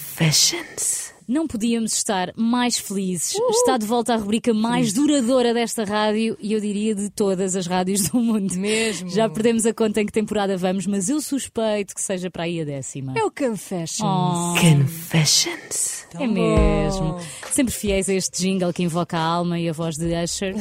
Confessions. Não podíamos estar mais felizes. Está de volta à rubrica mais duradoura desta rádio e eu diria de todas as rádios do mundo. Mesmo. Já perdemos a conta em que temporada vamos, mas eu suspeito que seja para aí a décima. É o Confessions. Oh. Confessions. Oh. É mesmo. Sempre fiéis a este jingle que invoca a alma e a voz de Usher.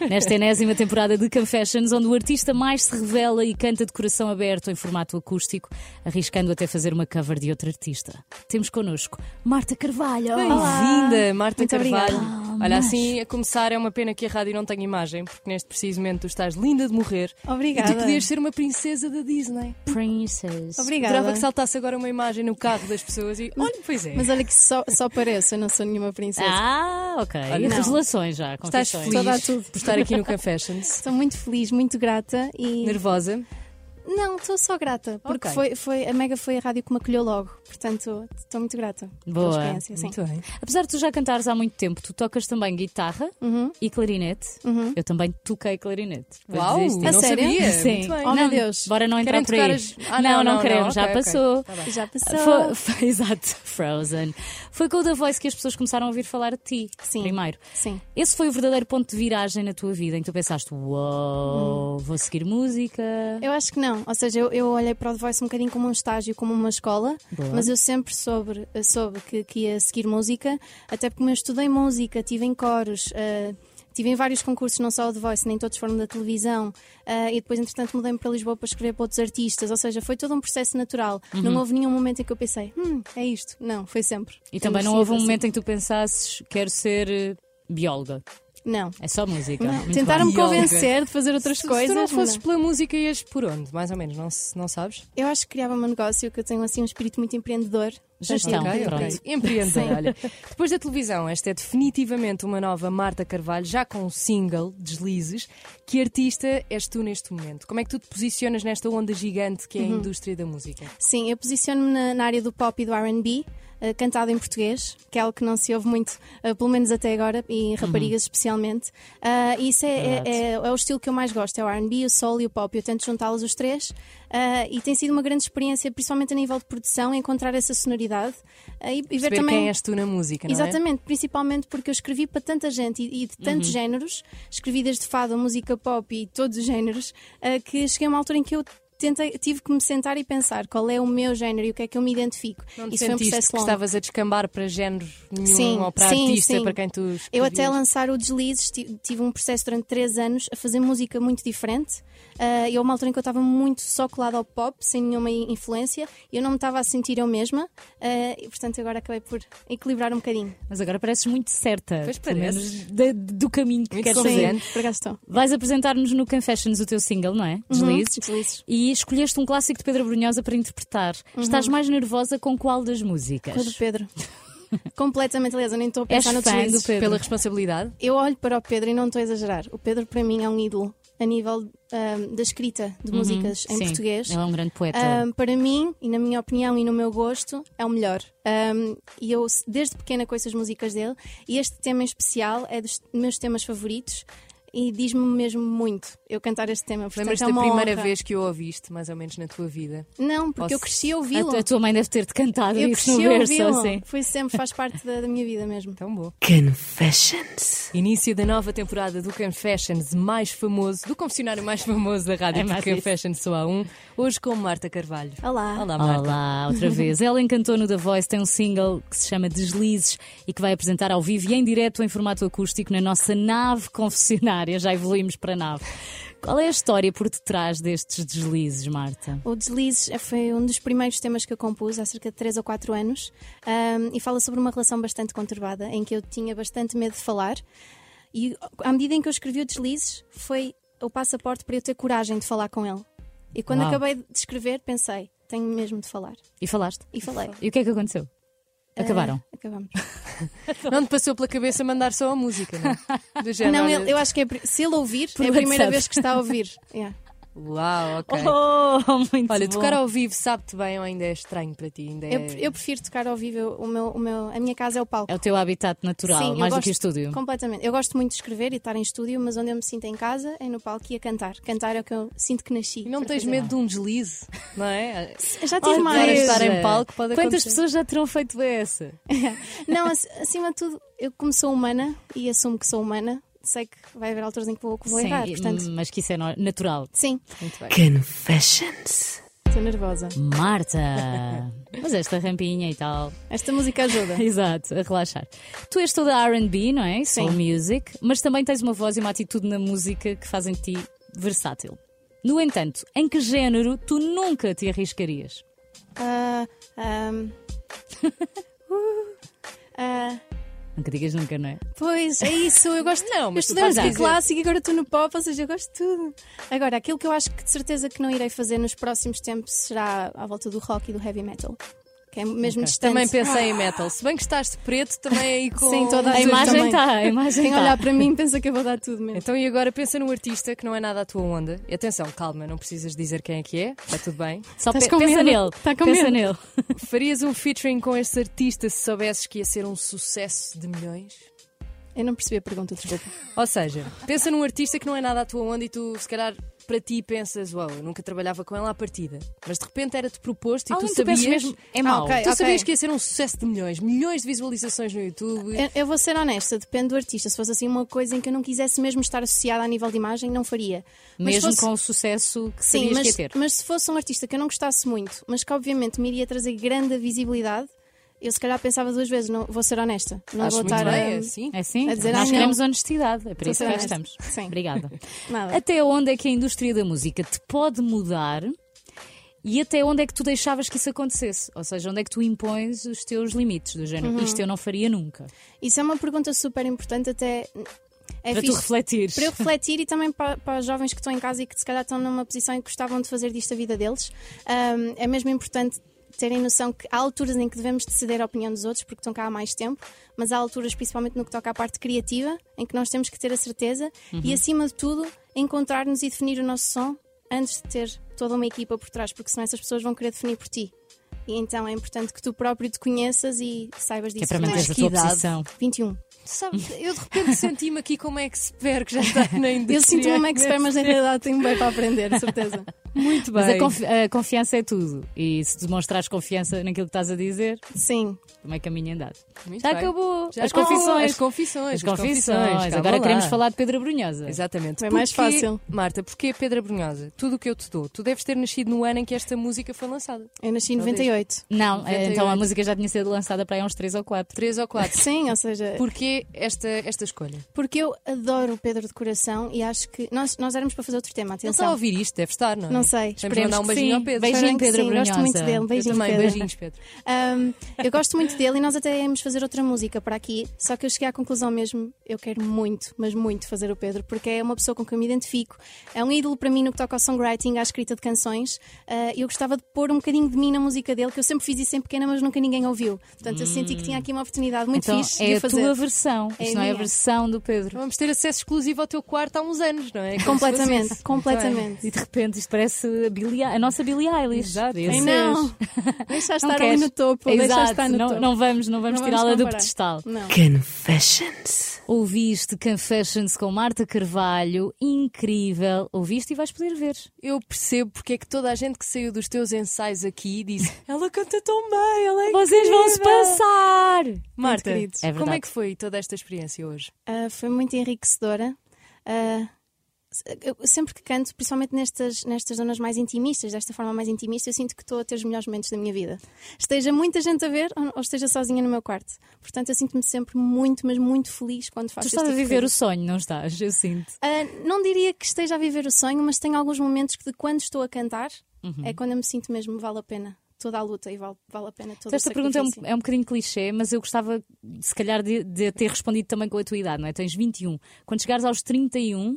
Nesta enésima temporada de Confessions, onde o artista mais se revela e canta de coração aberto em formato acústico, arriscando até fazer uma cover de outro artista. Temos connosco Marta Carvalho. Bem-vinda, Marta Muito Carvalho. Ah, obrigada. Olha, Mas- assim a começar é uma pena que a rádio não tenha imagem, porque neste preciso momento tu estás linda de morrer. Obrigada. E tu podias ser uma princesa da Disney. Princess. Obrigada. Adorava que saltasse agora uma imagem no carro das pessoas e. Olha, pois é. Mas olha que só, só pareço, eu não sou nenhuma princesa. Ah, ok. Olha, não. Revelações já. Estás confissões. Só dá feliz tudo. por estar aqui no Confessions. Estou muito feliz, muito grata e. Nervosa? Não, estou só grata, porque Ok. foi, foi, a Mega foi a rádio que me acolheu logo. Portanto, estou muito grata Boa. pela experiência. Sim. Muito bem. Apesar de tu já cantares há muito tempo, tu tocas também guitarra Uhum. e clarinete. Eu também toquei clarinete. Depois Uau! desisti. Não A sério? sabia? Sim. Muito bem. Oh, meu Não, Deus. Bora não Querem entrar por aí. tocar as- Ah, não, não, não, não, queremos, não, já ok, ok. passou. Tá bem. Já passou. Foi, foi- exato, Frozen. Foi com o The Voice que as pessoas começaram a ouvir falar de ti, Sim. primeiro. Sim. Esse foi o verdadeiro ponto de viragem na tua vida, em que tu pensaste, uou, vou seguir música. Eu acho que não, ou seja, eu, eu olhei para o The Voice um bocadinho como um estágio, como uma escola, Boa. mas eu sempre soube, soube que, que ia seguir música, até porque eu estudei música, tive em coros, ah, tive em vários concursos, não só o The Voice, nem todos foram da televisão, ah, e depois, entretanto, mudei-me para Lisboa para escrever para outros artistas, ou seja, foi todo um processo natural. Uhum. Não houve nenhum momento em que eu pensei, hum, é isto. Não, foi sempre. assim. E também não houve um momento em que tu pensasses, quero ser eh, bióloga. Não. É só música. Muito Tentaram-me bem. convencer de fazer outras Se coisas. tu não mas fosses pela música, ias por onde? Mais ou menos, não, se- não sabes? Eu acho que criava um negócio que eu tenho assim um espírito muito empreendedor. Gestão, Portanto, ok, pronto. ok. Empreendedor, olha. Depois da televisão, esta é definitivamente uma nova Marta Carvalho, já com um single, Deslizes. Que artista és tu neste momento? Como é que tu te posicionas nesta onda gigante que é a Uhum. indústria da música? Sim, eu posiciono-me na, na área do pop e do RB. eh, cantado em português, que é algo que não se ouve muito, eh, pelo menos até agora, e em raparigas especialmente. Ah, e isso é, é- Verdade. é- é o estilo que eu mais gosto: é o RB, o soul e o pop. Eu tento juntá-los os três ah, e tem sido uma grande experiência, principalmente a nível de produção, encontrar essa sonoridade ah, e, e ver Saber também. quem és tu na música, não é? Exatamente, principalmente porque eu escrevi para tanta gente e, e de Uhum. tantos géneros, escrevi desde fado, a música pop e todos os géneros, ah, que cheguei a uma altura em que eu tentei, tive que me sentar e pensar qual é o meu género e o que é que eu me identifico. Não te Isso foi um sentiste processo que longo. estavas a descambar para género nenhum Sim, ou para sim, artista sim. para quem tu Eu até escrevias? lançar o Deslizes, ti- tive um processo durante três anos a fazer música muito diferente. Ah, e houve uma altura em que eu estava muito só colada ao pop, sem nenhuma i- influência, e eu não me estava a sentir eu mesma. Ah, e portanto agora acabei por equilibrar um bocadinho. Mas agora pareces muito certa. Pois pelo pareces. menos da- do caminho que Muito queres Sim. fazer. confiante. por acaso estou. Vais apresentar-nos no Confessions o teu single, não é? Deslizes. Uhum. Deslizes. E Uhum. escolheste um clássico de Pedro Brunhosa para interpretar. Estás mais nervosa com qual das músicas? Com o do Pedro. Completamente, aliás, eu nem estou a És pensar no fã do deslizes. Pedro. Pela responsabilidade? Eu olho para o Pedro e não estou a exagerar. O Pedro, para mim, é um ídolo a nível ahm, da escrita de músicas em Uhum. Sim, português. Ah, Ele é um grande poeta. Ahm, para mim, e na minha opinião e no meu gosto, é o melhor. Ahm, e eu, desde pequena, conheço as músicas dele. E este tema em especial é dos meus temas favoritos e diz-me mesmo muito eu cantar este tema. Portanto, Lembras-te é da uma primeira honra. vez que o ouviste, mais ou menos na tua vida? Não, porque eu Posso- cresci a a, ouvi-lo. tu- a tua mãe deve ter-te cantado Eu isso cresci no a verso, ouvi-lo. assim. Foi sempre, faz parte da, da minha vida mesmo. Tão bom. Confessions. Início da nova temporada do Confessions mais famoso, do confessionário mais famoso da rádio, É mais porque isso. Confessions só há um, hoje com Marta Carvalho. Ah. Olá. Olá, Marta. Olá, outra vez. Ela encantou no The Voice, tem um single que se chama Deslizes e que vai apresentar ao vivo e em direto em formato acústico na nossa nave confessionária. Já evoluímos para nave. Qual é a história por detrás destes deslizes, Marta? O Deslizes foi um dos primeiros temas que eu compus há cerca de 3 ou 4 anos ahm, e fala sobre uma relação bastante conturbada em que eu tinha bastante medo de falar. E à medida em que eu escrevi o Deslizes, foi o passaporte para eu ter coragem de falar com ele. E quando Uau. acabei de escrever, pensei, tenho mesmo de falar. E falaste? E falei. E o que é que aconteceu? Acabaram. Ah, acabamos. Não te passou pela cabeça mandar só a música, não? é? Do género, Não, olha, ele- eu acho que é, pri- se ele ouvir, é a WhatsApp. primeira vez que está a ouvir. Yeah. Uau, Eh, ok. Oh, muito Olha, bom. tocar ao vivo sabe-te bem ou ainda é estranho para ti? Ainda é... Eu, eu prefiro tocar ao vivo, eu- o meu, o meu, a minha casa é o palco. É o teu habitat natural, Sim, eu mais do gosto- que o estúdio. Completamente. Eu gosto muito de escrever e estar em estúdio, mas onde eu me sinto em casa é no palco e a cantar. Cantar é o que eu sinto que nasci. E não para tens fazer. medo de um deslize, não é? Já tive Para mais. estar É. em palco pode Quantas acontecer. pessoas já terão feito essa? Não, ac- acima de tudo, eu como sou humana e assumo que sou humana, sei que vai haver alturas em que vou, que vou Sim, errar, portanto. Mas que isso é no- natural. Sim, Muito bem. Confessions. estou nervosa. Marta! mas esta rampinha e tal. Esta música ajuda. Exato, a relaxar. Tu és toda RB, não é? Soul music, mas também tens uma voz e uma atitude na música que fazem de ti versátil. No entanto, em que género tu nunca te arriscarias? Ah, ahm. Uh, ah, Nunca digas nunca, não é? pois, é isso, eu gosto. Não, eu mas tu estudei fazes música isso. clássica e agora estou no pop, ou seja, eu gosto de tudo. Agora, aquilo que eu acho que de certeza que não irei fazer nos próximos tempos será à volta do rock e do heavy metal. Que é mesmo distante. Também pensei em metal. Se bem que estás de preto, também é aí com. Sim, toda A Mas eu imagem tá- também. está, a imagem Quem está. olhar para mim pensa que eu vou dar tudo mesmo. Então, e agora pensa no artista que não é nada a tua onda. E atenção, calma, não precisas dizer quem é que é, está tudo bem. Só Estás pe- com pensa medo? nele, Está com pensa medo? nele. Farias um featuring com este artista se soubesses que ia ser um sucesso de milhões? Eu não percebi a pergunta, desculpa. Ou seja, pensa num artista que não é nada à tua onda e tu, se calhar, para ti pensas, uau, eu nunca trabalhava com ela à partida. Mas de repente era-te proposto e Ah, Alguém tu que então tu sabias. Ah, penses mesmo, é mau. ok. Tu sabias que ia ser um sucesso de milhões, milhões de visualizações no YouTube. Eu, eu vou ser honesta, depende do artista. Se fosse assim uma coisa em que eu não quisesse mesmo estar associada a nível de imagem, não faria. Mas Mesmo fosse- com o sucesso que Sim, sabias mas, que ia ter. mas se fosse um artista que eu não gostasse muito, mas que obviamente me iria trazer grande visibilidade, eu se calhar pensava duas vezes, não, vou ser honesta. Não Acho vou muito estar a- bem, é assim. É sim? A dizer, Nós ah, não. queremos honestidade, é por isso que Sim. cá estamos. Sim. Obrigada. Nada. Até onde é que a indústria da música te pode mudar e até onde é que tu deixavas que isso acontecesse? Ou seja, onde é que tu impões os teus limites do género? Isto eu não faria nunca. Isso é uma pergunta super importante, até é para tu fixe. refletires. para eu refletir e também para, para os jovens que estão em casa e que se calhar estão numa posição em que gostavam de fazer disto a vida deles, hum, é mesmo importante terem noção que há alturas em que devemos ceder a opinião dos outros porque estão cá há mais tempo, mas há alturas, principalmente no que toca à parte criativa, em que nós temos que ter a certeza Uhum. e, acima de tudo, encontrar-nos e definir o nosso som antes de ter toda uma equipa por trás, porque senão essas pessoas vão querer definir por ti. E então é importante que tu próprio te conheças e saibas Que disso. é para primeiro. manteres a que tua idade? posição. 21. Sabe, eu de repente senti-me aqui como um expert que já está na indústria. Eu sinto-me uma expert, é mas na realidade tenho bem para aprender, de certeza. Muito bem. Mas a, confi- a confiança é tudo. E se demonstrares confiança naquilo que estás a dizer, Sim, também é caminho andado. Muito Já bem. acabou. Já as, acabou. confissões. As confissões. As as confissões. confissões. Agora Calma lá. queremos falar de Pedra Brunhosa. Exatamente. Foi mais Porquê- fácil. Marta, porquê Pedra Brunhosa? Tudo o que eu te dou. Tu deves ter nascido no ano em que esta música foi lançada. Eu é nasci em Talvez. 98. Não, eh, então a 98. música já tinha sido lançada para aí há uns 3 ou 4. Três ou quatro. Sim, ou seja, Porquê esta, esta escolha? porque eu adoro o Pedro de coração e acho que nós, nós éramos para fazer outro Ele tema, está a atenção. ouvir isto, deve estar, não é? Não sei. Vamos mandar um que beijinho sim. ao Pedro. Beijinho, Espero que Pedro sim, gosto Brunhosa. muito dele. eu Beijinho, também, Pedro. beijinhos, Pedro. Ahm, eu gosto muito dele e nós até íamos fazer outra música para aqui, só que eu cheguei à conclusão mesmo, eu quero muito, mas muito fazer o Pedro, porque é uma pessoa com quem eu me identifico, é um ídolo para mim no que toca ao songwriting, à escrita de canções, Ah, eu gostava de pôr um bocadinho de mim na música dele, que eu sempre fiz isso em pequena, mas nunca ninguém ouviu. Portanto, eu senti que tinha aqui uma oportunidade muito então fixe de é o a fazer. tua versão. É Isto a não é a minha. versão do Pedro. Vamos ter acesso exclusivo ao teu quarto há uns anos, não é? Como se fosse isso. Completamente, Muito bem. completamente. E de repente isto parece a, Billie- a nossa Billie Eilish. Exato. Ai, não, deixa estar ali queres. no topo, deixa Exato. estar no não, topo. não vamos, não vamos Não vamos tirá-la do comparar. pedestal. Não. Confessions. Ouviste Confessions com Marta Carvalho, incrível. Ouviste e vais poder ver. Eu percebo porque é que toda a gente que saiu dos teus ensaios aqui disse ela canta tão bem, ela é Vocês vão se incrível." passar. Marta, queridos. É como é verdade. que foi toda esta experiência hoje? Ah, foi muito enriquecedora. Ah, se- eu- sempre que canto, principalmente nestas, nestas zonas mais intimistas, desta forma mais intimista, eu sinto que estou a ter os melhores momentos da minha vida. Esteja muita gente a ver ou, ou esteja sozinha no meu quarto. Portanto, eu sinto-me sempre muito, mas muito feliz quando Tu faço estás a este tipo de viver o coisas. sonho, não estás? Eu sinto. Ah, não diria que esteja a viver o sonho, mas tenho alguns momentos que, de quando estou a cantar, Uhum. é quando eu me sinto mesmo vale a pena toda a luta e vale, vale a pena todo Então, Esta o pergunta é um, sacrifício. é um bocadinho clichê, mas eu gostava, se calhar, de, de ter respondido também com a tua idade, não é? Tens 21. Uhum. Quando chegares aos 31,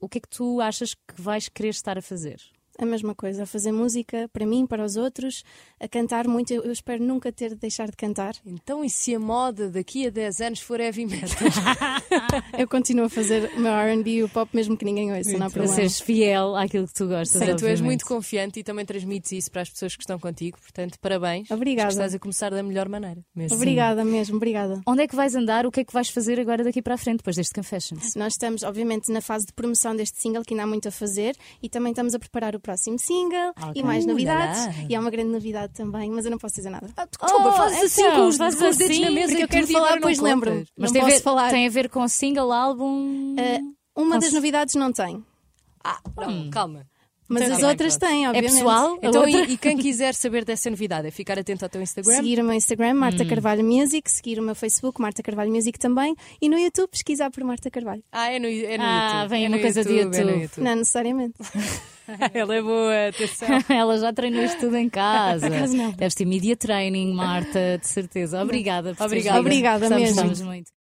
o que é que tu achas que vais querer estar a fazer? a mesma coisa, a fazer música para mim, para os outros, a cantar muito. Eu, eu espero nunca ter de deixar de cantar. Então, e se a moda daqui a 10 anos for heavy metal? Eu continuo a fazer o meu RB e o pop, mesmo que ninguém ouça, não há Para problema. seres fiel àquilo que tu gostas. Sei, tu és obviamente. muito confiante e também transmites isso para as pessoas que estão contigo, portanto, parabéns. Obrigada. Acho que Estás a começar da melhor maneira. assim, Mesmo. Obrigada mesmo, obrigada. Onde é que vais andar? O que é que vais fazer agora daqui para a frente, depois deste Confessions? Nós estamos, obviamente, na fase de promoção deste single, que ainda há muito a fazer, e também estamos a preparar o próximo single Ok. e mais Uh, novidades. lá. E há uma grande novidade também, mas eu não posso dizer nada. Ah, desculpa, Oh, fazes assim então, com os, fazes com os dedos assim, na mesa e porque eu quero tudo e agora falar, não pois contas. lembro-me. Não tem, a posso ver, falar. tem a ver com single, álbum. Uma Hum. Posso- das novidades não tem, Ah, não, calma. mas Então as não. outras têm, é obviamente. pessoal? A Então, outra? e, e quem quiser saber dessa novidade é ficar atento ao teu Instagram. Seguir o meu Instagram, Marta Hum. Carvalho Music, seguir o meu Facebook, Marta Carvalho Music também, e no YouTube pesquisar por Marta Carvalho. Ah, é no, é no Ah, YouTube. vem é uma no coisa de É no YouTube. Não necessariamente. Ela é boa, atenção. Ela já treinou isto tudo em casa. acaso não. Deves ter media training, Marta, de certeza. Obrigada. por teres Obrigada. vindo. Obrigada Gostamos, mesmo. gostamos muito.